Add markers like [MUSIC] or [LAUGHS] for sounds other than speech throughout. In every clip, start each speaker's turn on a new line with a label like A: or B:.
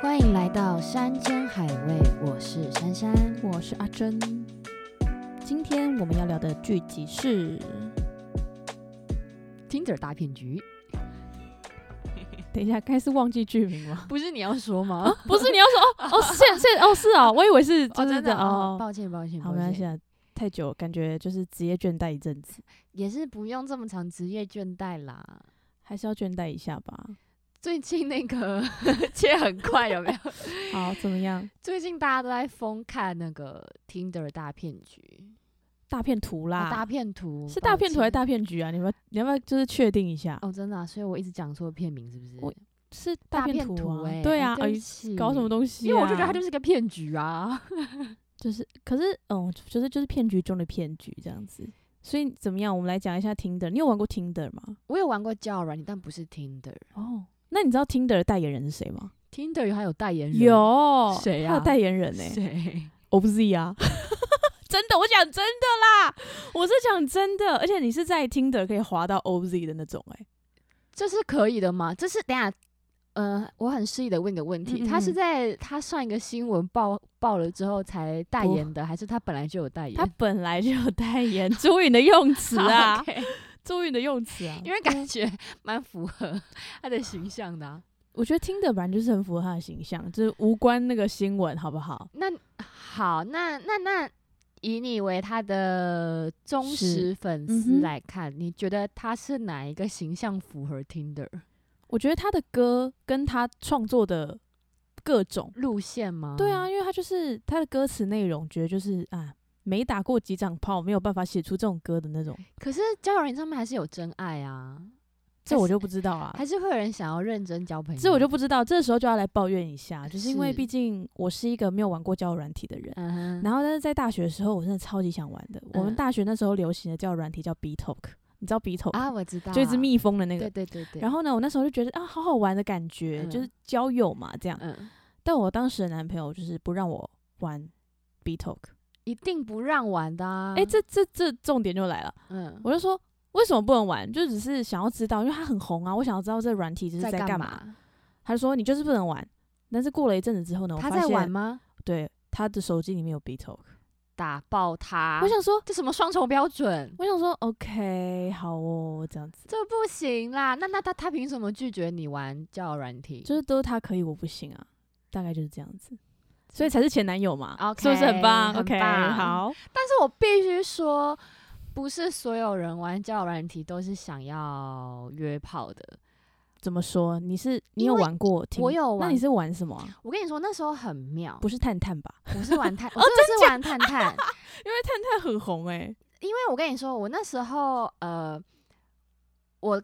A: 欢迎来到山间海味，我是珊珊。
B: 我是阿珍。今天我们要聊的剧集
A: [LAUGHS]
B: 是，
A: Tinder 大骗局，，
B: 等一下该是忘记剧名了
A: 不是你要说吗？
B: 不是你要说
A: [LAUGHS]
B: 哦哦是是哦是哦，我以为是
A: 哦，
B: 就是
A: 真的哦，
B: 哦，
A: 抱歉抱歉
B: 好
A: 抱
B: 没关系
A: 歉，
B: 啊，太久感觉就是职业倦怠一阵子，
A: 也是不用这么长职业倦怠啦。
B: 还是要倦怠一下吧。
A: 最近那个 [LAUGHS] 切很快有
B: [LAUGHS]
A: 没有？
B: 好，怎么样？
A: 最近大家都在疯看那个 Tinder 大骗局，
B: 大片图
A: 啊
B: 啦，
A: 大骗图
B: 是大片图还是
A: 大？
B: 大骗局啊？你们你要不要就是确定一下？
A: 哦，真的、啊，所以我一直讲错片名是不是？
B: 我是
A: 大
B: 片
A: 骗
B: 图
A: 哎、
B: 啊？对啊，
A: 对
B: 哎
A: 不，起
B: 搞什么东西啊？
A: 因为我就觉得它就是个骗局啊。 [LAUGHS]
B: 就是，可是嗯，就是就是骗局中的骗局这样子。所以怎么样？我们来讲一下 Tinder。你有玩过 Tinder 吗？
A: 我有玩过交友软件，但不是 Tinder。
B: 哦，那你知道 Tinder 的代言人是谁吗？
A: Tinder 有它有代言人，啊
B: 有
A: 谁
B: 他
A: 啊
B: 有代
A: [LAUGHS]
B: 言人呢、欸
A: 谁？
B: 我不是啊， [LAUGHS] 真的，我讲真的啦，我是讲真的，而且你是在 Tinder 可以滑到 OZ 的那种、欸，
A: 这是可以的吗？这是等一下，呃，我很失意的问一个问题，
B: 嗯嗯
A: 他是
B: 嗯
A: 在他上一个新闻爆爆了之后才代
B: 不
A: 言的，还是他本来就有代言？ [LAUGHS]
B: 他本来就有代言，注意你的用词
A: 好
B: 啊，
A: OK
B: 注意你的用词啊，
A: [LAUGHS] 因为感觉蛮符合他的形象的啊、
B: 我觉得 Tinder 本来就是很符合他的形象，就是无关那个新闻，好不好？
A: [LAUGHS] 那好，那那那，以你为他的忠实
B: 是
A: 粉
B: 嗯
A: 丝
B: 哼
A: 来看，你觉得他是哪一个形象符合 Tinder
B: 我觉得他的歌跟他创作的各种，
A: 路线吗？
B: 对啊，，因为他就是他的歌词内容，觉得就是啊，没打过几场炮，没有办法写出这种歌的那种，
A: 可是交友软件上面还是有真爱啊，
B: 这
A: 还
B: 我
A: 是
B: 就不知道啊。
A: 还是会有人想要认真交朋友。
B: 这我就不知道，这时候就要来抱怨一下，就是因为
A: 是
B: 毕竟我是一个没有玩过交友软体的人。
A: 嗯哼，
B: 然后，但是在大学的时候，我真的超级想玩的。我
A: 嗯
B: 们大学那时候流行的交友软体叫 B Talk，你知道 B Talk
A: 啊，我知道，
B: 就一只蜜蜂的那
A: 对
B: 个。
A: 对对对。
B: 然后呢，我那时候就觉得啊，好好玩的感觉，就
A: 嗯
B: 是交友嘛这样。
A: 嗯，
B: 但我当时的男朋友就是不让我玩 B Talk，
A: 一定不让玩的啊。
B: 哎、诶这这这重点就来了，
A: 嗯，
B: 我就说为什么不能玩？就只是想要知道，因为它很红啊，我想要知道这软体就是
A: 在
B: 在干嘛。
A: 嘛？
B: 他就说你就是不能玩。但是过了一阵子之后呢，我
A: 他
B: 发
A: 在玩
B: 现
A: 吗？
B: 对他的手机里面有 B Talk，、
A: 打爆他！
B: 我想说，
A: 这什么双重标准？
B: 我想说 OK 好哦，这样子
A: 这不行啦！那那他他凭什么拒绝你玩交友软体？
B: 就是都是他可以，我不行啊，大概就是这样子。所以才是前男友嘛
A: OK，
B: 是不是很棒
A: 很
B: ？OK，
A: 棒
B: 好，
A: 但是我必须说，不是所有人玩交友软体都是想要约炮的。
B: 怎么说？你是你
A: 因
B: 有
A: 为
B: 玩过？
A: 我有
B: 那
A: 玩
B: 你是玩什么啊？
A: 我跟你说，那时候很妙，
B: 不是哦探探吧？ [LAUGHS]
A: 我是玩探，我真的是玩探探，
B: 因为探探很红哎、
A: 因为我跟你说，我那时候呃，我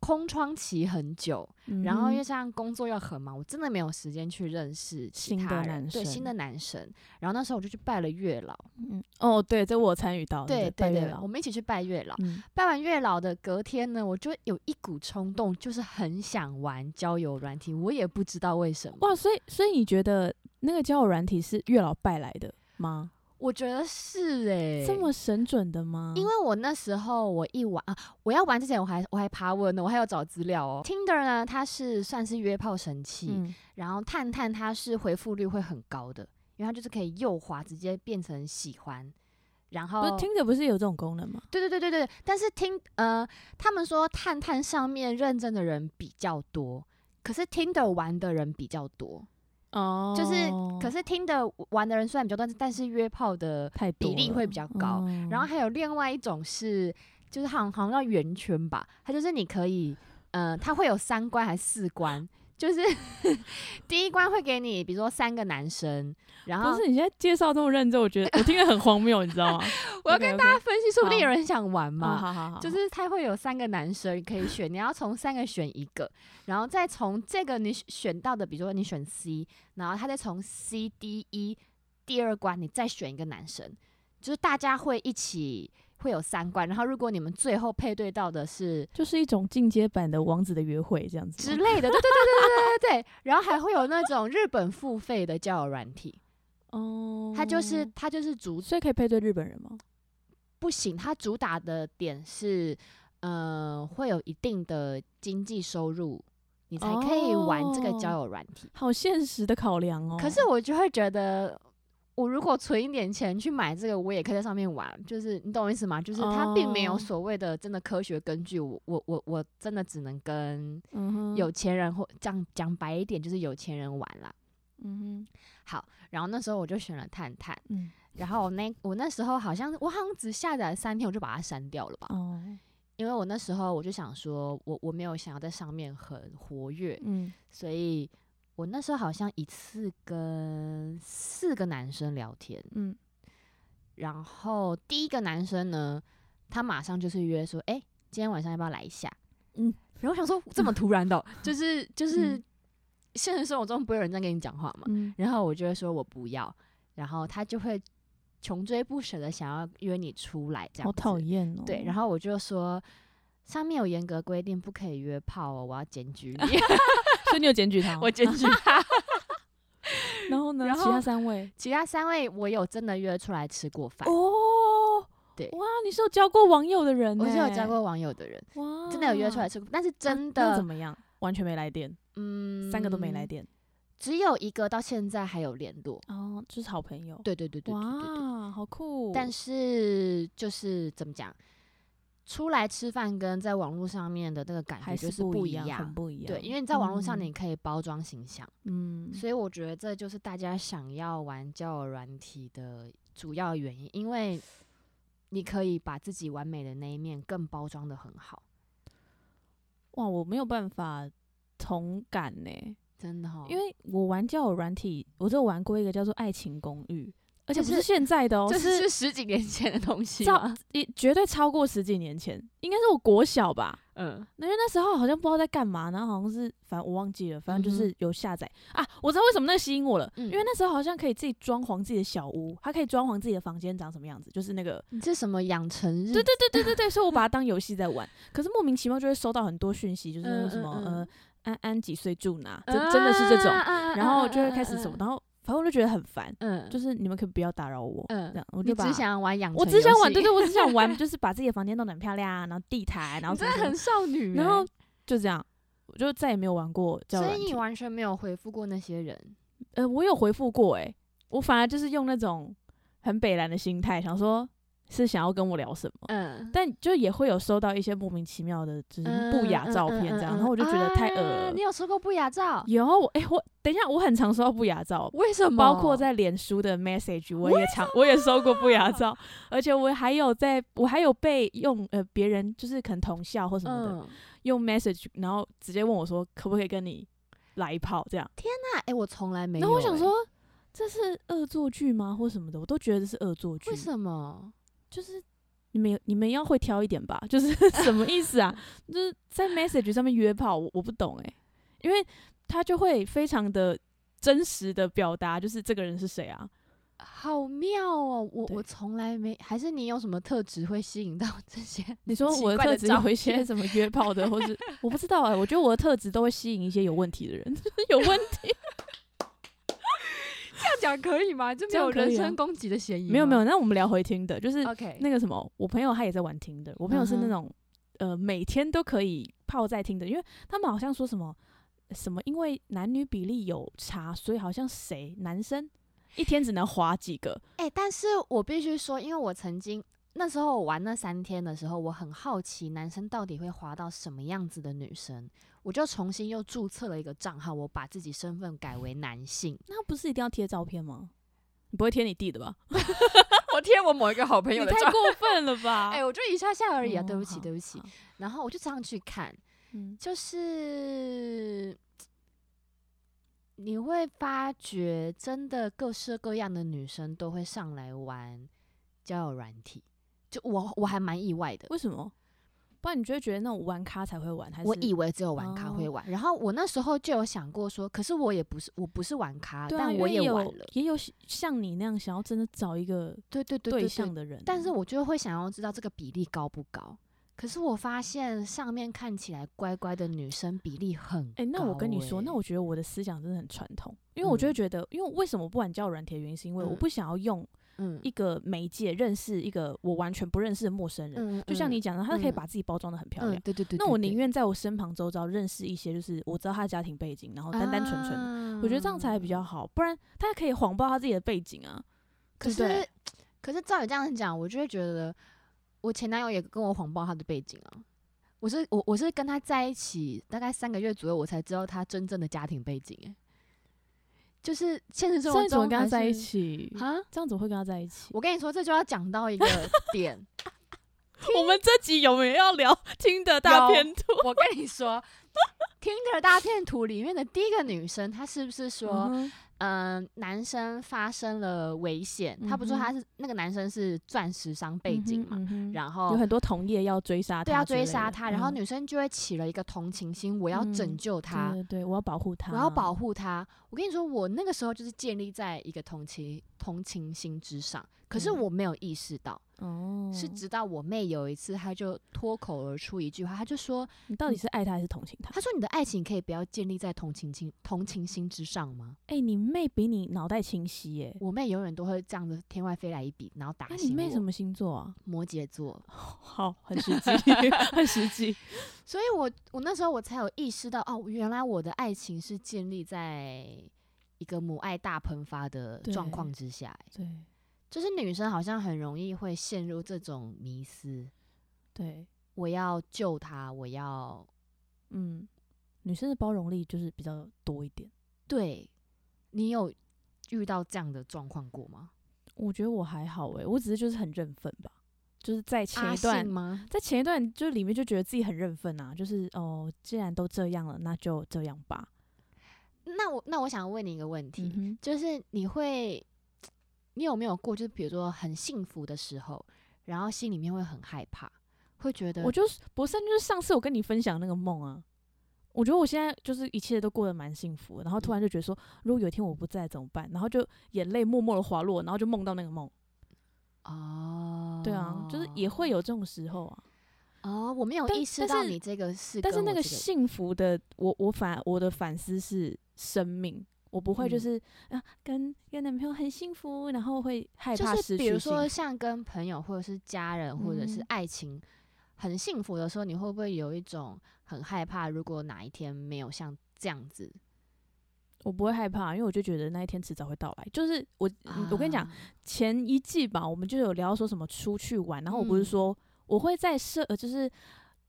A: 空窗期很久，然
B: 嗯
A: 后因为加上工作又很忙，我真的没有时间去认识其
B: 新的
A: 他
B: 男
A: 人，对新
B: 生
A: 的男生。然后那时候我就去拜了月老，
B: 嗯哦，对，这我有参与到，
A: 对
B: 你的拜
A: 对
B: 月
A: 对，
B: 老
A: 我们一起去拜月老。
B: 嗯，
A: 拜完月老的隔天呢，我就有一股冲动，就是很想玩交友软体，我也不知道为什么。
B: 哇，所以所以你觉得那个交友软体是月老拜来的吗？
A: 我觉得是诶、
B: 这么神准的吗？
A: 因为我那时候我一玩啊，我要玩之前我还我还爬文呢，我还要找资料哦。Tinder 呢，它是算是约炮神器，
B: 嗯
A: 然后探探它是回复率会很高的，因为它就是可以右滑直接变成喜欢，然
B: 不
A: 后
B: 是听着不是有这种功能吗？
A: 对对对对对，但是听呃，他们说探探上面认真的人比较多，可是 Tinder 玩的人比较多，
B: 哦
A: 就是可是 Tinder 玩的人虽然比较多，但是但是约炮的
B: 太
A: 比
B: 多
A: 例
B: 了
A: 会比较高
B: 哦
A: 然后还有另外一种是，就是好像好像叫圆圈吧，它就是你可以，呃，它会有三关还是四关，就是 [LAUGHS] 第一关会给你，比如说三个男生，然后
B: 不是你现在介绍这么认真，我觉得我听得很荒谬，你知道吗？
A: [LAUGHS] 我要
B: OK，
A: 跟
B: OK
A: 大家分析，说不定
B: 好
A: 有人想玩
B: 哦
A: 嘛。
B: 好好好，
A: 就是它会有三个男生可以选，你要从三个选一个，然后再从这个你选选到的，比如说你选 C，然后他再从 C D E 第二关你再选一个男生，就是大家会一起会有三关，然后如果你们最后配对到的是
B: 就是一种进阶版的王子的约会这样子
A: 之
B: 吗。
A: 类的，对对对对对对对。然后还会有那种日本付费的交友软体，
B: 哦，
A: 它就是它就是主
B: 所以可以配对日本人吗？
A: 不行，它主打的点是，呃，会有一定的经济收入你才可以玩这个交友软体。
B: 好现实的考量哦。
A: 可是我就会觉得，我如果存一点钱去买这个，我也可以在上面玩，就是你懂我意思吗？就是它并没有
B: 哦
A: 所谓的真的科学根据，我我我我真的只能跟
B: 嗯哼
A: 有钱人或讲讲白一点，就是有钱人玩啦。
B: 嗯
A: 然后那时候我就选了探探，
B: 哼嗯
A: 然后我那我那时候好像我好像只下载了三天，我就把它删掉了吧，
B: 哦
A: 因为我那时候我就想说我我没有想要在上面很活跃，
B: 嗯
A: 所以我那时候好像一次跟四个男生聊天，
B: 嗯
A: 然后第一个男生呢，他马上就是约说，哎、今天晚上要不要来一下？
B: 嗯，
A: 然后我想说这么突然的哦、就是就是
B: 嗯
A: 现实生活中不会有人在跟你讲话嘛，
B: 嗯
A: 然后我就会说我不要，然后他就会穷追不舍的想要约你出来，这样
B: 好讨
A: 子。
B: 厌哦。 [LAUGHS]
A: 对，然
B: 后
A: 后我就说上面有严格规定，不可以约炮哦，我要检举你，，
B: 所以你有检举
A: [LAUGHS]
B: 他
A: 我检举他。
B: [LAUGHS] 然后呢？
A: 然
B: 其
A: 后
B: 他三位
A: 其他三位我有真的约出来吃过饭，
B: 哦，
A: 对
B: 哇，你是有交过网友的人，
A: 我是有交，过网友的人，
B: 哇，
A: 真的有约出来吃过，但是真
B: 啊那
A: 的
B: 怎，么样？完全没来电，
A: 嗯，
B: 三个都没来，电
A: 只有一个到现在还有联络。
B: 哦，就是好朋友。
A: 对对对对对对对。
B: 哇，哦好酷！
A: 但是就是怎么讲，出来吃饭跟在网络上面的那个感觉
B: 还
A: 就是
B: 不
A: 一
B: 很不一样。
A: 对，因为你在网络上
B: 嗯
A: 你可以包装形象，
B: 嗯
A: 所以我觉得这就是大家想要玩交友软体的主要原因，因为你可以把自己完美的那一面更包装的很好，
B: 哇，我没有办法同感呢、
A: 真的哦。
B: 因为我玩交友软体，我只有玩过一个叫做《爱情公寓》，而且
A: 这
B: 不是
A: 是
B: 现在 [LAUGHS] 的哦、
A: 这
B: 是
A: 是十几年前的东西
B: 照
A: 吗？
B: 也绝对超过十几年前，应该是我国小吧。
A: 嗯，
B: 因为那时候好像不知道在干嘛，然后好像是反正我忘记了，反正就
A: 嗯
B: 是有下载、啊。我知道为什么那个吸引我了，
A: 嗯
B: 因为那时候好像可以自己装潢自己的小屋，它可以装潢自己的房间长什么样子，就是那个
A: 你这什么养成日？
B: 对对对对对对，所以我把它当游戏在玩。可是莫名其妙就会收到很多讯息，就是那种什么、
A: 嗯嗯嗯
B: 呃安安几岁住哪，
A: 啊，
B: 真、真的是这种，
A: 种
B: 然后就会开始什么，，然后反正我就觉得很烦，
A: 啊嗯，
B: 就是你们可以不要打扰我，
A: 嗯
B: 这样我
A: 你
B: 就把
A: 只想要玩养成，
B: 我只想
A: [LAUGHS]
B: 玩，对，对，我只想玩，就是把自己的房间弄得很漂亮啊，然后地毯，然后
A: 你
B: 什
A: 真
B: 么
A: 的
B: 什么
A: 很少女欸。
B: 然后就这样，我就再也没有玩过交友
A: 所
B: 软
A: 以你
B: 体。
A: 完全没有回复过那些人，
B: 呃，我有回复过、欸，我反而就是用那种很北蓝的心态，想说是想要跟我聊什么。
A: 嗯，
B: 但就也会有收到一些莫名其妙的，就是不雅
A: 嗯
B: 照片这样，然后我就觉得太恶
A: 啊
B: 了。
A: 你有收过不雅照？
B: 有我哎、我等一下，我很常收到不雅照，
A: 为什么？
B: 包括在脸书的 message，我也常我也收过不雅照，而且我还有在我还有被用呃别人就是可能同校或什么的、
A: 嗯，
B: 用 message，然后直接问我说可不可以跟你来一炮这样，
A: 那哎，我从来没有。
B: 然后我想
A: 欸，
B: 说这是恶作剧吗或什么的，我都觉得这是恶作剧
A: 为，什么？
B: 就是。你们有你们要会挑一点吧，就是
A: [LAUGHS]
B: 什么意思啊？就是在 message 上面约炮，我我不懂诶、欸因为他就会非常的真实的表达，就是这个人是谁啊？
A: 好妙哦！我
B: 对
A: 我从来没，还是你有什么特质会吸引到 [LAUGHS] 这些？
B: 你说
A: 奇
B: 我的
A: 怪
B: 特
A: 的
B: 质
A: 照
B: 有一些 [LAUGHS] 什么约炮的，或是我不知道哎、我觉得我的特质都会吸引一些有问题的人， [LAUGHS] 有问题
A: [LAUGHS] 这样讲可以吗？就
B: 这样可以啊
A: 攻击的嫌疑
B: 没有没有。
A: 吗
B: 那我们聊回听的，就是
A: ，OK，
B: 那个什么，我朋友他也在玩听的，我朋友是
A: 嗯
B: 那
A: 哼
B: 种、呃每天都可以泡在听的，因为他们好像说什么什么，因为男女比例有差，所以好像谁男生一天只能滑几个，，
A: 哎、但是我必须说，因为我曾经那时候我玩那三天的时候，我很好奇男生到底会滑到什么样子的女生，我就重新又注册了一个账号，我把自己身份改为男性
B: 那不是一定要贴照片吗？你不会贴你弟的吧？
A: [LAUGHS] 我贴我某一个好朋
B: 你太。过分了吧！
A: [LAUGHS] 哎、我就一下下而已啊，
B: 哦
A: 对不起，
B: 好
A: 对不起
B: 好。
A: 然后我就这样去看，
B: 嗯
A: 就是你会发觉，真的各式各样的女生都会上来玩交友软体，就我我还蛮意外的。
B: 为什么？不然你就会觉得那种玩咖才会玩，还是
A: 我以为只有玩咖会
B: 哦
A: 玩，然后我那时候就有想过说，可是我也不是，我不是玩咖，
B: 对啊，
A: 但
B: 因
A: 我
B: 为
A: 也
B: 有
A: 玩了，
B: 也有像你那样想要真的找一个
A: 对对对
B: 对
A: 对
B: 象
A: 对。
B: 的人啊，
A: 但是我就会想要知道这个比例高不高。可是我发现上面看起来乖乖的女生比例很高、
B: 哎、那我跟你说，那
A: 哎
B: 我觉得我的思想真的很传统，因为我就会
A: 嗯
B: 觉得，因为为什么我不玩交友软体的原因，是因为我
A: 嗯
B: 不想要用
A: 嗯
B: 一个媒介认识一个我完全不认识的陌生人。
A: 嗯，
B: 就像你
A: 嗯
B: 讲的，他可以
A: 嗯
B: 把自己包装的很漂
A: 嗯
B: 亮。
A: 对对对
B: 那我宁愿在我身旁周遭认识一些，就是我知道他的家庭背景，然后单单纯纯的，
A: 纯
B: 我觉得这样才比较好。不然他可以谎报他自己的背景啊。
A: 可
B: 对
A: 是
B: 不对
A: 可是照你这样讲，我就会觉得我前男友也跟我谎报他的背景啊。我是我我是跟他在一起大概三个月左右，我才知道他真正的家庭背景、欸。就是现实生
B: 所以
A: 活
B: 你怎么
A: 中
B: 跟他
A: 还
B: 在一
A: 是
B: 起？
A: 啊？
B: 这样怎么会跟他在一起？
A: 我跟你说，这就要讲到
B: [LAUGHS]
A: 一个点，
B: 我们这集有没有要聊听的大
A: 有
B: 片图？
A: 我跟你说， [LAUGHS] 《Tinder 大片图》里面的第一个女生，她是不是说，
B: 嗯哼
A: 嗯、男生发生了危险？她不是说
B: 嗯哼
A: 她是那个男生是钻石商背景嘛？
B: 嗯哼
A: 然
B: 有
A: 后
B: 很多同业要追啊杀他之
A: 对
B: 类
A: 要追
B: 的，
A: 杀他，然后
B: 嗯
A: 女生就会起了一个同情心，我要拯
B: 嗯
A: 救他，
B: 对对对，我要保护他，
A: 我要保护他。我跟你说，我那个时候就是建立在一个同情同情心之上，可是
B: 嗯
A: 我没有意识到，
B: 哦，
A: 是直到我妹有一次，她就脱口而出一句话，她就说
B: 你到底是爱他还是同情：“他？
A: 她说你的爱情可以不要建立在同情心同情心之上吗
B: 哎、你妹比你脑袋清晰耶？”、
A: 我妹永远都会这样子天外飞来一笔，然后打
B: 那、
A: 醒
B: 你妹
A: 我
B: 什么星座啊？
A: 摩羯座，
B: 好，很实际，很实际。
A: 所以我我那时候我才有意识到，哦，原来我的爱情是建立在一个母爱大喷发的状况之下、欸
B: 对
A: 就是女生好像很容易会陷入这种迷思，
B: 对，
A: 我要救他，我要
B: 嗯，女生的包容力就是比较多一点。
A: 对你有遇到这样的状况过吗？
B: 我觉得我还好诶，我只是就是很认份吧，就是在前
A: 阿
B: 一段
A: 信吗？
B: 在前一段就里面就觉得自己很认份啊，就是哦，既然都这样了，那就这样吧。嗯
A: 那我那我想问你一个问题，
B: 哼，
A: 就是你会，你有没有过，就是比如说很幸福的时候，然后心里面会很害怕，会觉得
B: 我就是博森，就是上次我跟你分享那个梦啊，我觉得我现在就是一切都过得蛮幸福的，然后
A: 嗯
B: 突然就觉得说，如果有一天我不在怎么办？然后就眼泪默默的滑落，然后就梦到那个梦。
A: 哦，
B: 对啊，就是也会有这种时候啊，
A: 哦，我没有
B: 但
A: 意识
B: 但
A: 到
B: 是
A: 你这个是跟
B: 但
A: 我这，
B: 是那个幸福的，我我反我的反思是生命。我不会就
A: 嗯
B: 是、啊，跟跟男朋友很幸福，然后会害怕
A: 就
B: 失
A: 是
B: 去
A: 比如
B: 幸
A: 说
B: 福
A: 像跟朋友或者是家人或者是
B: 嗯
A: 爱情很幸福的时候，你会不会有一种很害怕，如果哪一天没有像这样子？
B: 我不会害怕，因为我就觉得那一天迟早会到来。就是我，嗯我跟你讲，
A: 啊，
B: 前一季吧，我们就有聊到说什么出去玩，然后我不是
A: 嗯
B: 说我会在设，呃就是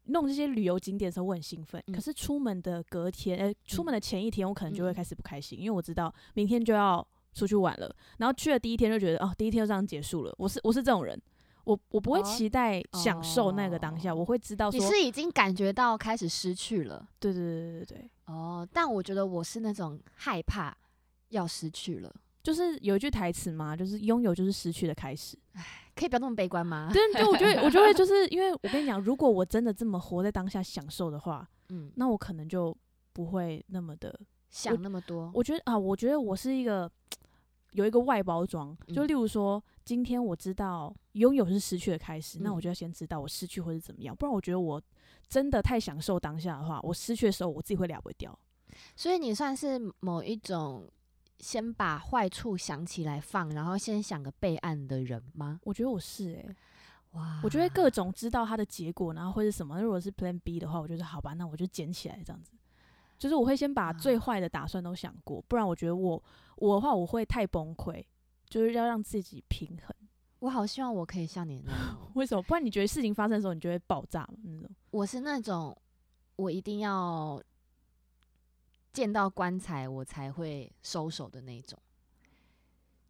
B: 弄这些旅游景点的时候我很兴奋，
A: 嗯
B: 可是出门的隔天，呃，出门的前一天，我可能就会
A: 嗯
B: 开始不开心，因为我知道明天就要出去玩了，然后去了第一天就觉得哦，第一天就这样结束了。我是我是这种人，我我不会
A: 哦
B: 期待享受那个当下，
A: 哦
B: 我会知道
A: 你
B: 说，
A: 是已经感觉到开始失去了
B: 对对对对对，
A: 哦，但我觉得我是那种害怕要失去了，
B: 就是有一句台词嘛，就是拥有就是失去的开始。
A: 可以不要那么悲观吗？
B: 对对，我就会我就会就是因为我跟你讲，如果我真的这么活在当下享受的话，
A: 嗯，
B: 那我可能就不会那么的。
A: 想那么多，
B: 我觉得啊，我觉得我是一个有一个外包装，
A: 嗯
B: 就例如说，今天我知道拥有是失去的开始，那我
A: 嗯
B: 就要先知道我失去会是怎么样，不然我觉得我真的太享受当下的话，我失去的时候我自己会了不掉。
A: 所以你算是某一种先把坏处想起来放，然后先想个备案的人吗？
B: 我觉得我是欸诶、
A: 哇
B: 我就会各种知道它的结果，然后会是什么。如果是 Plan B 的话，我就是好吧，那我就捡起来这样子。就是我会先把
A: 啊
B: 最坏的打算都想过，不然我觉得我我的话我会太崩溃，就是要让自己平衡。，
A: 我好希望我可以像你那样哦
B: 为什么？不然你觉得事情发生的时候，你就会爆炸嘛那种。
A: 我是那种我一定要见到棺材我才会收手的那种，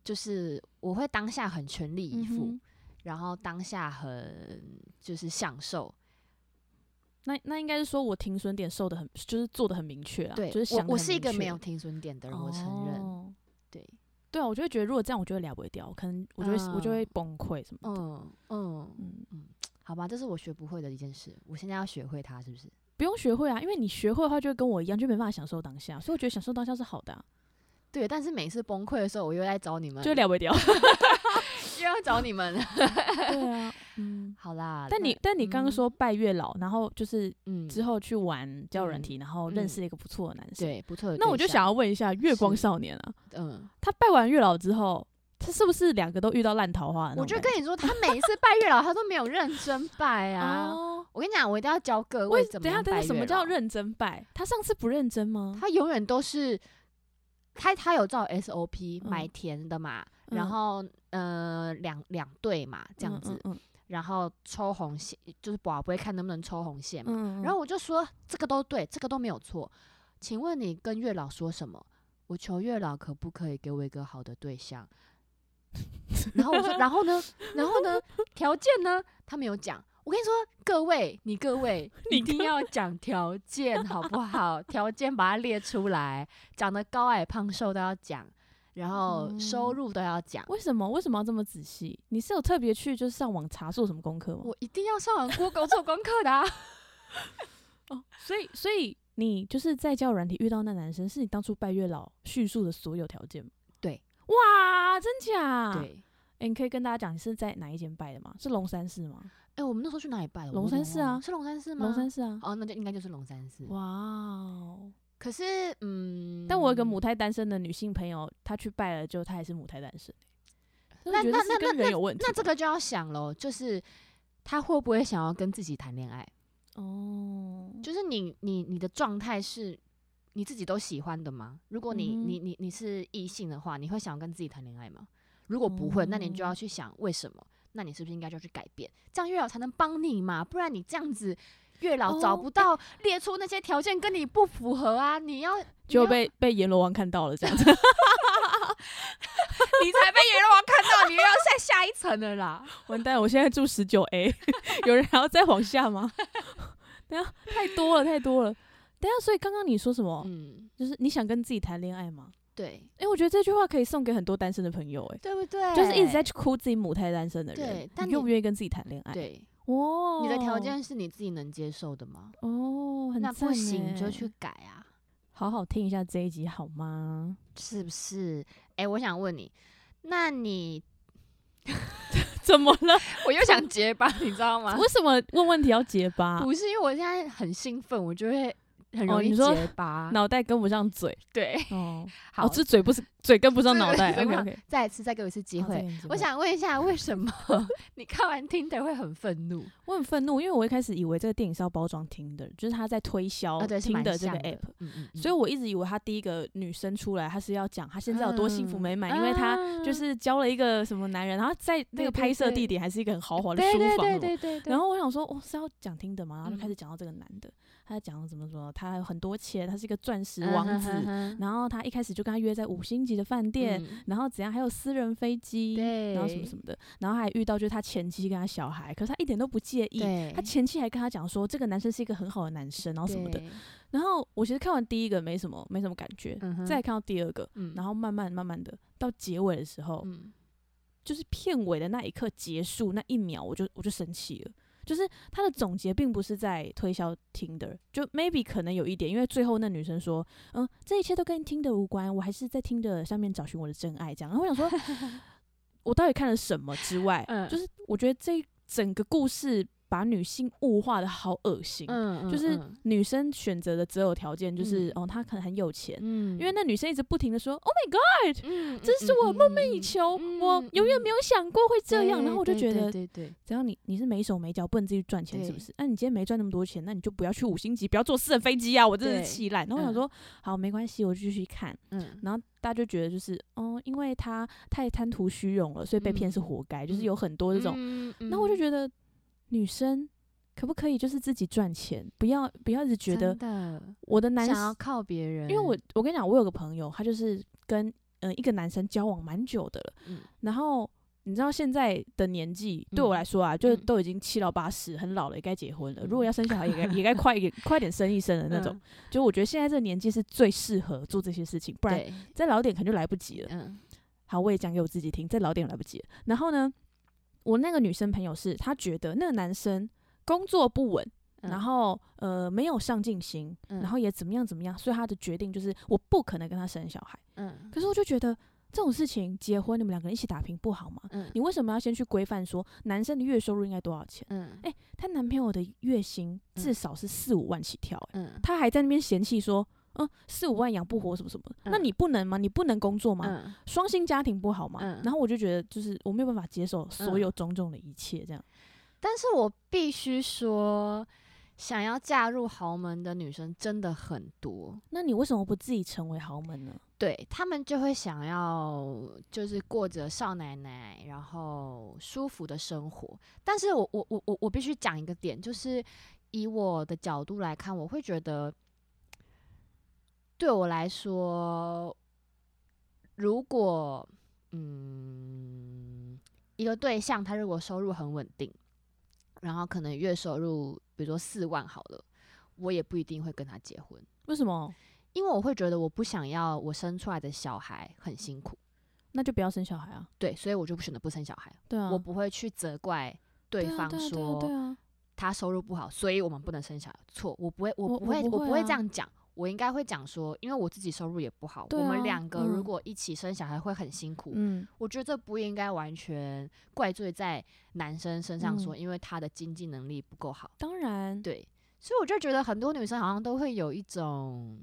A: 就是我会当下很全力以赴，
B: 嗯哼
A: 然后当下很就是享受，
B: 那那应该是说我停损点受的很，就是做的很明确啊。
A: 对，
B: 就是
A: 我
B: 想
A: 我是一个没有停损点的
B: 的
A: 人，我承认，
B: 哦
A: 对，
B: 对啊，我就会觉得如果这样，我就会了不掉，可能我就会、我就会
A: 嗯
B: 崩溃什么的。
A: 嗯嗯。
B: 嗯，
A: 好吧，这是我学不会的一件事，我现在要学会它，是不是？
B: 不用学会啊，因为你学会的话，就会跟我一样，就没办法享受当下。所以我觉得享受当下是好的啊、
A: 对，但是每次崩溃的时候，我又来找你们，
B: 就
A: [LAUGHS]
B: 了不掉。
A: 又要找你们。
B: 对啊，
A: [LAUGHS]
B: 嗯。
A: 好啦，
B: [LAUGHS] 但你
A: 那
B: 但你刚刚，说拜月老，然后就是
A: 嗯，
B: 之
A: 后
B: 后去玩交友软体，然后认
A: 嗯
B: 识了一个不错的男生。
A: 对不错的对象。
B: 那我就想要问一下月光
A: 是
B: 少年啊，
A: 嗯，
B: 他拜完月老之后，他是不是两个都遇到烂桃花的那
A: 我
B: 种
A: 就
B: 感觉？
A: 跟你说，他每一次拜月老，他都没有认真拜啊。
B: 哦，
A: 我跟你讲，我一定要教各位
B: 为等
A: 怎
B: 一下
A: 样
B: 等一
A: 拜
B: 下，什么
A: 月
B: 叫
A: 老？
B: 认真拜？他上次不认真吗？
A: 他永远都是他他有照 SOP
B: 嗯
A: 买甜的嘛，
B: 嗯
A: 然后呃两两对嘛这样
B: 嗯
A: 子，
B: 嗯
A: 然后抽红线，就是宝不会看能不能抽红线嘛。
B: 嗯，
A: 然后我就说这个都对，这个都没有错。请问你跟月老说什么？我求月老可不可以给我一个好的对象？ [LAUGHS] 然后我说，然后呢？然后呢？条件呢？他没有讲。我跟你说，各位，你各位
B: [LAUGHS] 你
A: 一定
B: 各
A: 要讲条件，好不好？条件把它列出来，长得高矮胖瘦都要讲，然后收
B: 嗯
A: 入都要讲。
B: 为什么为什么要这么仔细？你是有特别去就是上网查做什么功课吗？
A: 我一定要上网 Google 做功课的、
B: [LAUGHS]
A: 啊。
B: 哦，所以所以你就是在交友软体遇到那男生，是你当初拜月老叙述的所有条件吗？
A: 对，
B: 哇，真假？哎、
A: 对，
B: 你可以跟大家讲你是在哪一间拜的吗？是龙山寺吗？
A: 哎、我们那时候去哪里拜的？我
B: 龙
A: 有点
B: 山寺
A: 忘了
B: 啊
A: 是龙山寺吗？
B: 龙山寺啊。
A: 哦，那就应该就是龙山寺。
B: 哇哦！
A: 可是，嗯，
B: 但我有一个母，胎单身的女性朋友，她去拜了，就她还是母胎单身。
A: 那
B: 我觉得
A: 那
B: 是
A: 那
B: 跟
A: 那
B: 人有问题吧。
A: 那这个就要想喽，就是他会不会想要跟自己谈恋爱？
B: 哦，
A: 就是你你你的状态是你自己都喜欢的吗？如果你、
B: 嗯哼
A: 你你你是异性的话，你会想要跟自己谈恋爱吗？如果不会，那你就要
B: 哦
A: 去想为什么？那你是不是应该就要去改变？这样月老才能帮你嘛，不然你这样子。月老找
B: 哦
A: 不到，列出那些条件跟你不符合啊！你要
B: 就
A: [LAUGHS] 你要
B: 被被阎罗王看到了，这样子。
A: 你才被阎罗王看到，你又要下下一层了啦。
B: 完蛋，我现在住十九 A，有 [LAUGHS] 人还要再往下吗？ [LAUGHS] 等一下太多了，太多了。等一下，所以刚刚你说什么？
A: [LAUGHS] 嗯，
B: 就是你想跟自己谈恋爱吗？
A: 对，
B: 诶，我觉得这句话可以送给很多单身的朋友、诶，
A: 对不对？
B: 就是一直在去哭自己母胎单身的人，
A: 对但
B: 你愿
A: 你
B: 不愿意跟自己谈恋爱？，
A: 对，
B: 哦，
A: 你的条件是你自己能接受的吗？
B: 哦，很
A: 那不
B: 赞
A: 行你就
B: 诶
A: 去改啊，
B: 好好听一下这一集好吗？ [LAUGHS]
A: 是不是？哎、我想问你，那 [LAUGHS] 你
B: 怎么了？
A: 我又想结巴，你知道吗？
B: 为什么问问题要结巴？
A: 啊不是，因为我现在很兴奋，我就会很
B: 啊哦
A: 容易
B: 你说
A: 结巴。
B: 脑袋跟不上嘴
A: [LAUGHS] 对，
B: 哦，
A: 好，
B: 哦，这嘴不是嘴跟不上
A: 这
B: 脑
A: 个
B: 袋。
A: 嘴不
B: OK
A: 上
B: OK，
A: 再一次再给我一次
B: 哦
A: 机会。我
B: 想。
A: 想问一下，为什么 [LAUGHS] 你看完听的会很愤怒？
B: 我很愤怒，因为我一开始以为这个电影是要包装听的，就是他在推销
A: 啊，对，是
B: 哦听
A: 蛮
B: 的这个
A: 像
B: app，、
A: 嗯嗯嗯
B: 所以我一直以为他第一个女生出来，她是要讲她现在有多幸福
A: 嗯
B: 美满，因为她
A: 啊
B: 就是交了一个什么男人，然后在那
A: 对对
B: 个拍摄
A: 对
B: 地点还是一个很豪华的
A: 对
B: 书
A: 对
B: 房
A: 对
B: 什么。
A: 对对对，
B: 然后我想说，哦，是要讲听的吗？然后就
A: 嗯
B: 开始讲到这个男的，他在讲怎么怎么，他有很多钱，他是一个钻石王子，
A: 嗯
B: 然后他一开始就跟他约在五星级的饭店，
A: 嗯
B: 然后怎样还有私人飞机，
A: 对，
B: 然后什么什么的，然后还遇到就是他前妻跟他小孩，可是他一点都不介意，
A: 对，
B: 他前妻还跟他讲说，这个男生是一个很好的男生，然后什么的。
A: 对，
B: 然后我其实看完第一个没什么，没什么感觉，
A: 嗯哼
B: 再看到第二个，
A: 嗯
B: 然后慢慢慢慢的到结尾的时候，
A: 嗯
B: 就是片尾的那一刻结束那一秒，我就我就生气了。就是他的总结并不是在推销 Tinder，就 maybe 可能有一点，因为最后那女生说，嗯，这一切都跟 Tinder 无关，我还是在 Tinder 上面找寻我的真爱这样。然后我想说，
A: [LAUGHS]
B: 我到底看了什么之外，
A: 嗯
B: 就是我觉得这整个故事把女性物化的好恶心，
A: 嗯，
B: 就是
A: 嗯
B: 女生选择的择偶条件就是，
A: 嗯
B: 哦，她可能很有钱，
A: 嗯，
B: 因为那女生一直不停的说，Oh my God。
A: 嗯，
B: 这是我梦寐以求，
A: 嗯
B: 我
A: 嗯
B: 永远
A: 嗯
B: 没有想过会这样。然后我就觉得，
A: 对对，
B: 只要你你是没手没脚，不能自己赚钱，是不
A: 对
B: 是？那、你今天没赚那么多钱，那你就不要去五星级，不要坐私人飞机啊！我真的
A: 对
B: 是气烂。然后我
A: 嗯
B: 想说，好，没关系，我继续看。
A: 嗯，
B: 然后大家就觉得就是，哦，因为他太贪图虚荣了，所以被骗
A: 嗯
B: 是活该，就是
A: 嗯
B: 有很多这种。
A: 种，
B: 然后我就觉得，女生可不可以就是自己赚钱，不要不要一直觉得
A: 得
B: 我的男
A: 想
B: 生
A: 要靠别人，
B: 因为我我跟你讲，我有个朋友，他就是跟嗯、呃一个男生交往蛮久的了，
A: 嗯
B: 然后你知道现在的年纪对
A: 嗯
B: 我来说啊，就是
A: 嗯
B: 都已经七老八十，很老了，也该结婚了。如果
A: 嗯
B: 要生小
A: [LAUGHS]
B: 孩，也该也该快一点快点生一生的那种。
A: 嗯
B: 就我觉得现在这个年纪是最适合做这些事情，不然
A: 对，
B: 再老点可能就来不及了。
A: 嗯
B: 好，我也讲给我自己听，再老点来不及了。然后呢，我那个女生朋友是她觉得那个男生工作不稳，
A: 嗯，
B: 然后呃没有上进心，
A: 嗯
B: 然后也怎么样怎么样，所以他的决定就是我不可能跟他生小孩。
A: 嗯
B: 可是我就觉得这种事情，结婚你们两个人一起打拼不好吗？
A: 嗯
B: 你为什么要先去规范说男生的月收入应该多少钱？
A: 嗯
B: 哎她男朋友的月薪
A: 嗯
B: 至少是四五万起跳、欸，
A: 嗯，
B: 她还在那边嫌弃说，嗯，四五万养不活什么什么的，那
A: 嗯
B: 你不能吗？你不能工作吗？
A: 嗯，
B: 双薪家庭不好吗？
A: 嗯
B: 然后我就觉得，就是我没有办法接受所有种种的一切，这样。
A: 但是我必须说，想要嫁入豪门的女生真的很多，
B: 那你为什么不自己成为豪门呢？
A: 对他们就会想要就是过着少奶奶，然后舒服的生活。但是我我我我我必须讲一个点，就是以我的角度来看，我会觉得，对我来说，如果嗯一个对象他如果收入很稳定，然后可能月收入比如说四万好了，我也不一定会跟他结婚。
B: 为什么？
A: 因为我会觉得我不想要我生出来的小孩很辛苦，
B: 那就不要生小孩啊。
A: 对，所以我就不选择不生小孩，
B: 对啊，
A: 我不会去责怪对
B: 对啊
A: 方
B: 对啊对啊对
A: 说
B: 啊，
A: 他收入不好，所以我们不能生小孩。错，我不会，我
B: 我
A: 不会，
B: 我
A: 我
B: 不
A: 不
B: 会
A: 会
B: 啊
A: 这样讲，我应该会讲说，因为我自己收入也不好，
B: 对
A: 我们
B: 啊
A: 两个如
B: 嗯
A: 果一起生小孩会很辛苦。
B: 嗯，
A: 我觉得这不应该完全怪罪在男生身上，
B: 嗯
A: 说因为他的经济能力不够好。
B: 当然，
A: 对，所以我就觉得很多女生好像都会有一种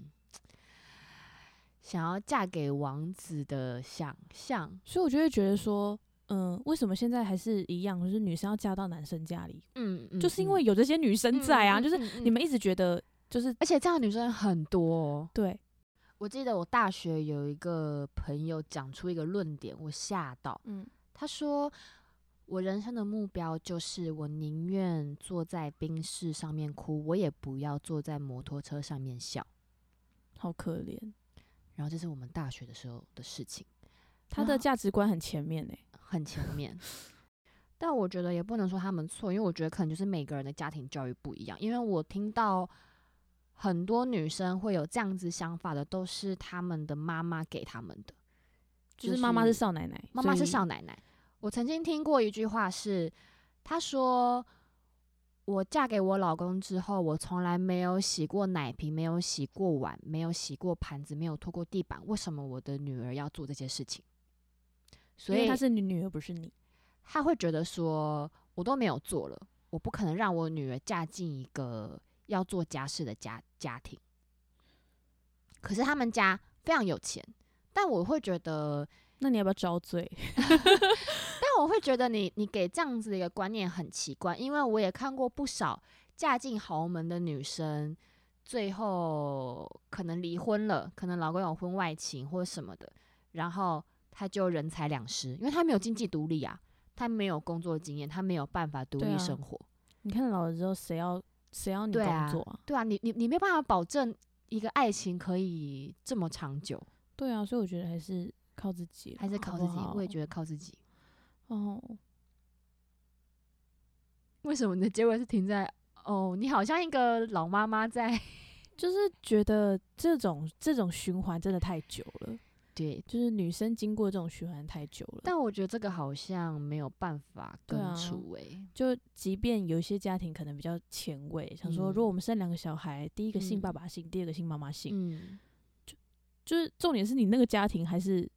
A: 想要嫁给王子的想象。
B: 所以我就会觉得说，嗯、为什么现在还是一样，就是女生要嫁到男生家里，
A: 嗯，嗯
B: 就是因为有这些女生在啊，就是
A: 是
B: 你，们一直觉得就是
A: 而且这样的女生很多、哦。
B: 对，
A: 我记得我大学有一个朋友讲出一个论点，我吓到。
B: 嗯，
A: 他说：“我人生的目标就是，我宁愿坐在冰室上面哭，我也不要坐在摩托车上面笑。
B: 好可怜，”
A: 然后这是我们大学的时候的事情。
B: 她
A: 啊
B: 的价值观很前面欸呢、
A: 很前面。但我觉得也不能说他们错，因为我觉得可能就是每个人的家庭教育不一样。因为我听到很多女生会有这样子想法的，都是他们的妈妈给他们的，
B: 就是妈妈是少奶奶，
A: 妈妈是
B: 所以
A: 少奶奶。我曾经听过一句话是，她说：“我嫁给我老公之后，我从来没有洗过奶瓶，没有洗过碗，没有洗过盘子，没有拖过地板。为什么我的女儿要做这些事情？”所
B: 因为
A: 以
B: 她是你女儿，不是你，
A: 他会觉得说，我都没有做了，我不可能让我女儿嫁进一个要做家事的家家庭。可是他们家非常有钱，但我会觉得，
B: 那你要不要遭罪？ [LAUGHS]
A: 但我会觉得你你给这样子的一个观念很奇怪，因为我也看过不少嫁进豪门的女生，最后可能离婚了，可能老公有婚外情或什么的，然后她就人财两失，因为她没有经济独立啊，她没有工作经验，她没有办法独
B: 对啊
A: 立生活。
B: 你看老了之后，谁要谁要你
A: 对
B: 工
A: 啊
B: 作啊？
A: 对啊，你你你没有办法保证一个爱情可以这么长久，
B: 对啊，所以我觉得还是靠自己啦，
A: 还是靠自己。我也
B: 得
A: 觉得靠自己。
B: 哦，
A: 为什么你的结尾是停在哦？你好像一个老妈妈在
B: 就是觉得这种这种循环真的太久了，
A: 对，
B: 就是女生经过这种循环太久了。
A: 但我觉得这个好像没有办法
B: 对
A: 根
B: 啊
A: 除欸诶、
B: 就即便有一些家庭可能比较前卫，想说如果
A: 嗯
B: 我们生两个小孩，第一个姓
A: 嗯
B: 爸爸姓，第二个姓妈妈姓，
A: 嗯，
B: 就是重点是你那个家庭还是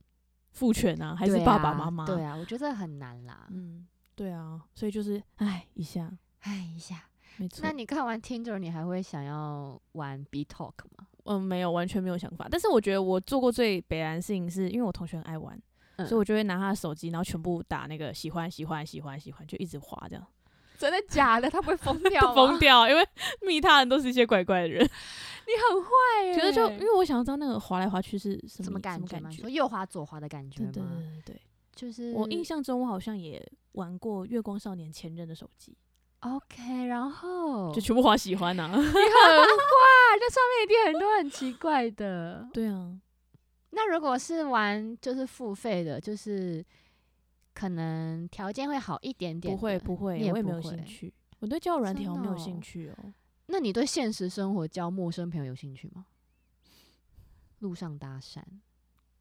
B: 父权啊，还是
A: 对
B: 爸爸
A: 啊
B: 妈妈？
A: 对啊，我觉得很难啦。
B: 嗯，对啊，所以就是唉一下，
A: 哎一下，
B: 没错
A: 那，你看完 Tinder，你还会想要玩 B Talk
B: [LAUGHS]
A: 吗？
B: 嗯，没有完全没有想法，但是我觉得我做过最北然的事情是因为我同学很爱玩，所以
A: 嗯
B: 我就会拿他的手机，然后全部打那个喜欢喜欢喜欢喜欢，就一直滑这样，
A: 真的假的？他 [LAUGHS] 不会疯掉
B: 疯
A: 吗？
B: 掉，因为密他人都是一些怪怪的 [LAUGHS] 人，
A: 你很 [LAUGHS] 坏耶、
B: 觉得就因为我想要知道那个滑来滑去是欸
A: 嗯
B: 什么
A: 什么感觉
B: 觉
A: 吗？你说右滑左滑的感觉
B: 对
A: 吗？
B: 对对对对。
A: 就是
B: 我印象中，我好像也玩过《月光少年前任》的手机，
A: OK，然后 [LAUGHS]
B: 就全部花喜欢啊呐、
A: 你很坏，这上面一定很多很奇怪的。
B: [LAUGHS] 对 [LAUGHS] 啊，
A: 那如果是玩就是付费的，就是可能条件会好一点点
B: 不
A: 的。
B: 会不会
A: 你，也
B: 我也
A: 不
B: 没有
A: 会
B: 兴趣。我对交友软体
A: 真
B: 好像没有
A: 的
B: 兴
A: 哦
B: 趣哦。
A: 那你对现实生活交陌生朋友有兴趣吗？路上搭讪，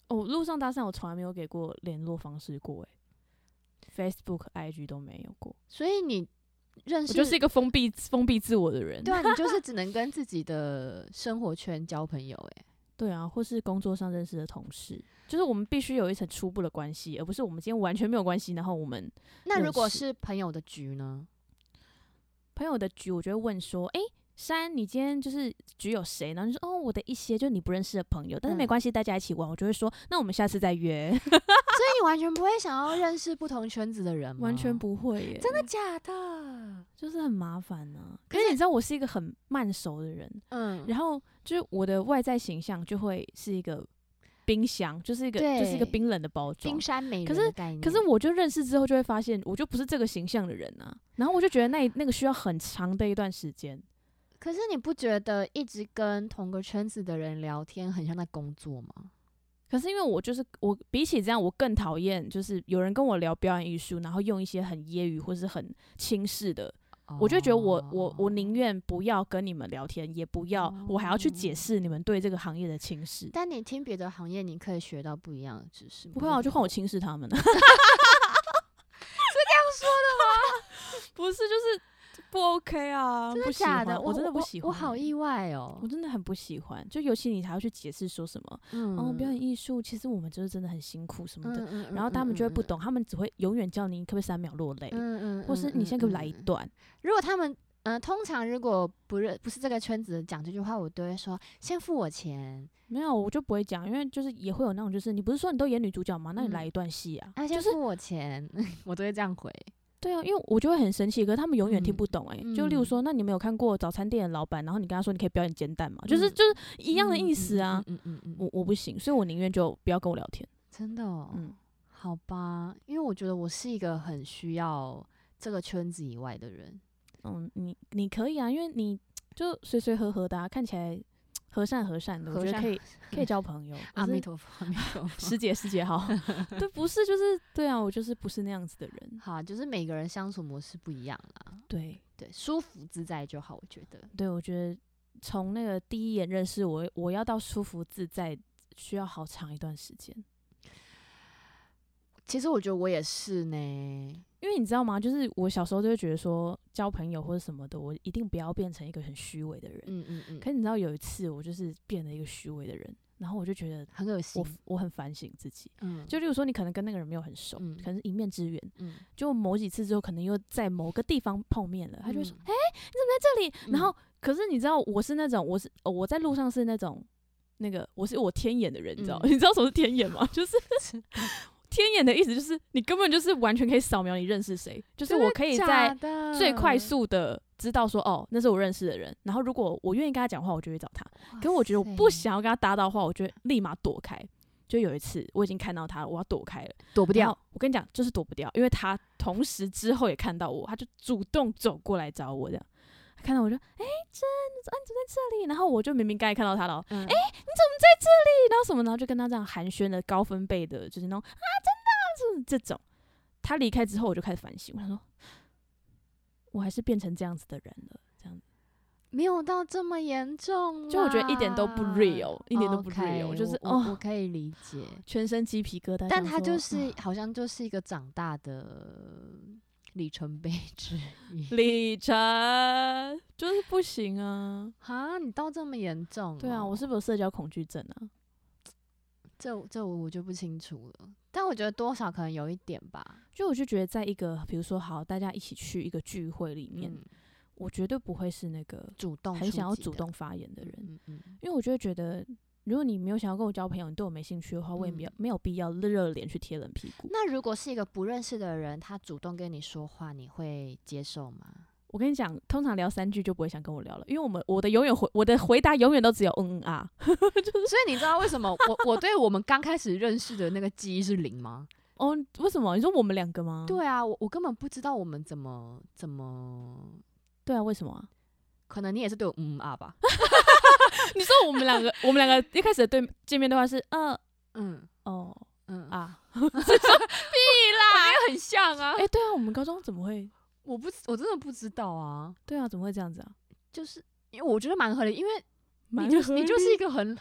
B: 哦，路上搭讪我从来没有给过联络方式过、欸，Facebook、IG 都没有过。
A: 所以你认
B: 我
A: 识
B: 就是一个封闭封闭自我的人。
A: 对啊，你就是只能跟自己的生活圈交朋友、欸。
B: 对啊，或是工作上认识的同事，就是我们必须有一层初步的关系，而不是我们今天完全没有关系，然后我们
A: 那如
B: 认
A: 果
B: 识
A: 是朋友的局呢？
B: 朋友的局，我就会问说，诶，珊，你今天就是局有谁？然后就说哦，我的一些就你不认识的朋友，但是没
A: 嗯
B: 关系，大家一起玩。我就会说，那我们下次再约。
A: 所以你完全不会想要认识不同圈子的人吗？
B: [LAUGHS] 完全，不会嗯耶，
A: 真的假的？
B: 就是很麻烦呢、
A: 可
B: 可是
A: 是
B: 你知道，我是一个很慢熟的人，
A: 嗯，
B: 然后就是我的外在形象就会是一个冰箱，就是一个就是一个
A: 对
B: 冰冷的包装
A: 冰。山美
B: 可
A: 人的概念。
B: 可是我就认识之后，就会发现我就不是这个形象的人啊。然后我就觉得那那个需要很长的一段时间。
A: 可是你不觉得一直跟同个圈子的人聊天很像在工作吗？
B: 可是因为我就是我，比起这样，我更讨厌就是有人跟我聊表演艺术，然后用一些很揶揄或是很轻视的，我就觉得我我我宁
A: 愿。
B: 愿不要跟你们聊天，也不要我还要去解释你们对这个行业的轻视。
A: 哦但你听别的行业，你可以学到不一样的知识吗。
B: 不会啊，就换我轻视他
A: [LAUGHS]
B: 们了。是这 [LAUGHS] 样说的吗？ [LAUGHS] 不是，就是不 OK 啊，
A: 真
B: 不
A: 的
B: 喜
A: 假
B: 欢
A: 的？
B: 我真的不
A: 我
B: 喜欢，
A: 我好意外哦
B: 我。真的很不喜欢。就尤其你还要去解释说什么，
A: 嗯
B: 哦，表演艺术其实我们就是真的很辛苦什么的，
A: 嗯嗯
B: 然后他们就会
A: 嗯
B: 不。
A: 嗯嗯
B: 懂，他们只会永远叫你可不可以三秒落泪，
A: 嗯嗯，
B: 或是
A: 嗯
B: 你先给我
A: 嗯
B: 来一
A: 嗯
B: 段。
A: 如果他们嗯、呃通常如果不认不是这个圈子的讲这句话，我都会说先付我钱，
B: 没有，我就不会讲，因为就是也会有那种，就是你不是说你都演女主角吗？那你
A: 嗯
B: 来一段戏啊，
A: 啊，
B: 就
A: 先
B: 是
A: 付我钱， [LAUGHS] 我都会这样回。
B: 对啊，因为我就会很生气，可是他们永远
A: 嗯
B: 听不懂哎、就例如
A: 嗯
B: 说，那你们有看过早餐店的老板，然后你跟他说你可以表演煎蛋吗？就是
A: 嗯
B: 就是一样的意思啊，
A: 嗯嗯嗯嗯嗯嗯
B: 我我不行，所以我宁愿就不要跟我聊天。
A: 真的、哦，
B: 嗯，
A: 好吧，因为我觉得我是一个很需要这个圈子以外的人。
B: 嗯，你你可以啊，因为你就随随和和的、啊，看起来和善和善的，我
A: 和
B: 觉得
A: 善啊
B: 可
A: 和
B: 以可以交朋友。
A: 阿弥
B: 陀
A: 陀佛，阿弥 [LAUGHS] 陀佛。
B: 师姐师
A: [LAUGHS]
B: 姐好，对，不是就是对啊，我就是不是那样子的人，
A: 好，就是每个人相处模式不一样啦，
B: 对
A: 对，舒服自在就好，我觉得。
B: 对，我觉得从那个第一眼认识我，我要到舒服自在，需要好长一段时间。
A: 其实我觉得我也是呢，
B: 因为你知道吗？就是我小时候就会觉得说，交朋友或者什么的，我一定不要变成一个很虚伪的人。
A: 嗯嗯嗯，
B: 可你知道有一次，我就是变了一个虚伪的人，然后我就觉得
A: 很恶心
B: 我，我很反省自己。
A: 嗯，
B: 就例如说，你可能跟那个人没有很熟，
A: 嗯
B: 可能是一面之缘，
A: 嗯，
B: 就某几次之后，可能又在某个地方碰面了，他就会说
A: 嗯
B: 这里。然
A: 嗯
B: 后，可是你知道，我是那种，我是、呃我在路上是那种，那个我是我天眼的人，你知道？
A: 嗯
B: [LAUGHS] 你知道什么是天眼吗？就是
A: 知
B: 天眼的意思，就是你根本就是完全可以扫描你认识谁，就是我可以在最快速的知道说，哦，那是我认识的人。然后如果我愿意跟他讲话，我就会找他。
A: 哇
B: 可是我觉得我不
A: 塞
B: 想要跟他搭到话，我就会立马躲开。就有一次，我已经看到他了，我要躲开了，
A: 躲不
B: 不
A: 掉。。
B: 我跟你讲，就是躲不掉，因为他同时之后也看到我，他就主动走过来找我，这样。他看到我就，哎、真，啊你怎么在这里？然后我就明明刚才看到他了哦，
A: 哎、
B: 然后什么，然后就跟他这样寒暄的高分贝的，就是那种啊，真的啊，就是这种。他离开之后，我就开始反省，我想说，我还是变成这样子的人了，这样子，
A: 没有到这么严重啦，
B: 就我觉得一点都不 real，一点都不 real，
A: OK，
B: 就是
A: 我我
B: 哦
A: 我可以理解，
B: 全身鸡皮疙瘩。
A: 但
B: 想
A: 他就
B: 说
A: 是好像就是一个长大的里程碑之 [LAUGHS] 一
B: 李晨，就是不行啊。
A: 啊！你到这么严重哦、
B: 对啊，我是不是有社交恐惧症啊？
A: 这这我我就不清楚了，但我觉得多少可能有一点吧。
B: 就我就觉得，在一个比如说好，大家一起去一个聚会里面，
A: 嗯，
B: 我绝对不会是那个
A: 主动
B: 很
A: 出
B: 想要
A: 击
B: 主
A: 的
B: 动发言的人，
A: 嗯嗯嗯
B: 因为我就会觉得，如果你没有想要跟我交朋友，你对我没兴趣的话，我也没有、
A: 嗯
B: 没有必要热脸去贴冷屁股。
A: 那如果是一个不认识的人，他主动跟你说话，你会接受 [LAUGHS] 吗？
B: 我跟你讲，通常聊三句就不会想跟我聊了，因为我们我的永远回我的回答永远都只有嗯嗯啊，
A: 所以你知道为什么我我对我们刚开始认识的那个记忆是零吗？
B: 哦，为什么？你说我们两个吗？
A: 对啊，我我根本不知道我们怎么怎么，
B: 对啊，为什么啊？ [LAUGHS]
A: 可能你也是对我嗯嗯啊 [LAUGHS] 吧，
B: 你说我们两个，我们两个一开始的对见面对话是呃
A: 嗯
B: 哦
A: 嗯，
B: 啊，
A: 很像啊
B: 哎、对啊，我们高中怎么会？
A: 我不知我真的不知道啊，
B: 对啊，怎么会这样子啊？
A: 就是因为我觉得蛮合理，因为你
B: 蛮
A: 就是你就
B: 合
A: 是
B: 理
A: 一个很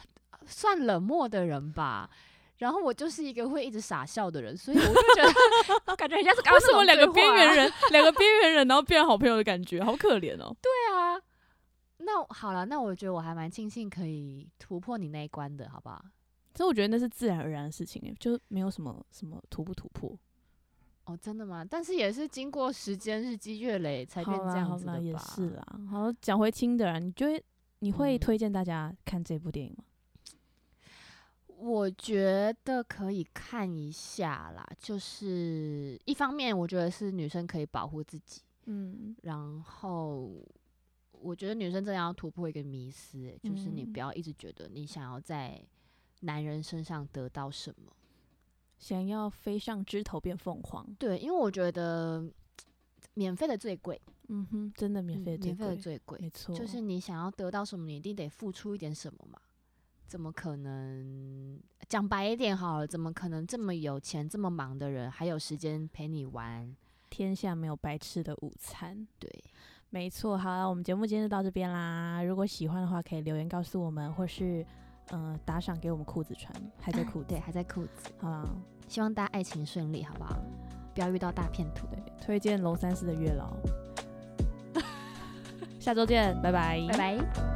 A: 算冷漠的人吧。然后我就是一个会一直傻笑的人，所以我就觉得 [LAUGHS] 感觉人家是刚
B: 为
A: 刚
B: 什么
A: 那种
B: 两个
A: 对
B: 边
A: 话啊
B: 缘？
A: [LAUGHS]
B: 人，两个边缘人，然后变好朋友的感觉，好可怜哦。
A: 对啊，那好了，那我觉得我还蛮庆幸可以突破你那一关的，好不好？欸
B: 所以我觉得那是自然而然的事情，就没有什么什么突不突破。
A: 哦，哦，真的吗？但是也是经过时间日积月累才变
B: 好
A: 这
B: 啦
A: 样
B: 好
A: 子的
B: 啦，
A: 吧？
B: 也是啦。好，讲回听的啦，啊你觉得你会
A: 嗯
B: 推荐大家看这部电影吗？
A: 我觉得可以看一下啦，就是一方面我觉得是女生可以保护自己，
B: 嗯
A: 然后我觉得女生真的要突破一个迷思欸、就是你
B: 嗯
A: 不要一直觉得你想要在男人身上得到什么。
B: 想要飞上枝头变凤凰，
A: 对，因为我觉得免费的最贵，
B: 嗯哼，真的免
A: 嗯
B: 费的最
A: 免费的
B: 贵，
A: 最贵，
B: 没错，
A: 就是你想要得到什么，你一定得付出一点什么嘛。怎么可能？讲白一点好了，怎么可能这么有钱、这么忙的人还有时间陪你玩？
B: 天下没有白吃的午餐。
A: 对，
B: 没错，好啊了，我们节目今天就到这边啦。如果喜欢的话，可以留言告诉我们，或是呃打赏给我们裤子穿，还在裤子。
A: 对，还在裤子。
B: 好啦，
A: 希望大家爱情顺利，好不好？不要遇到大骗徒。
B: 对，推荐龙三四的月老。下周见，拜拜，
A: 拜拜。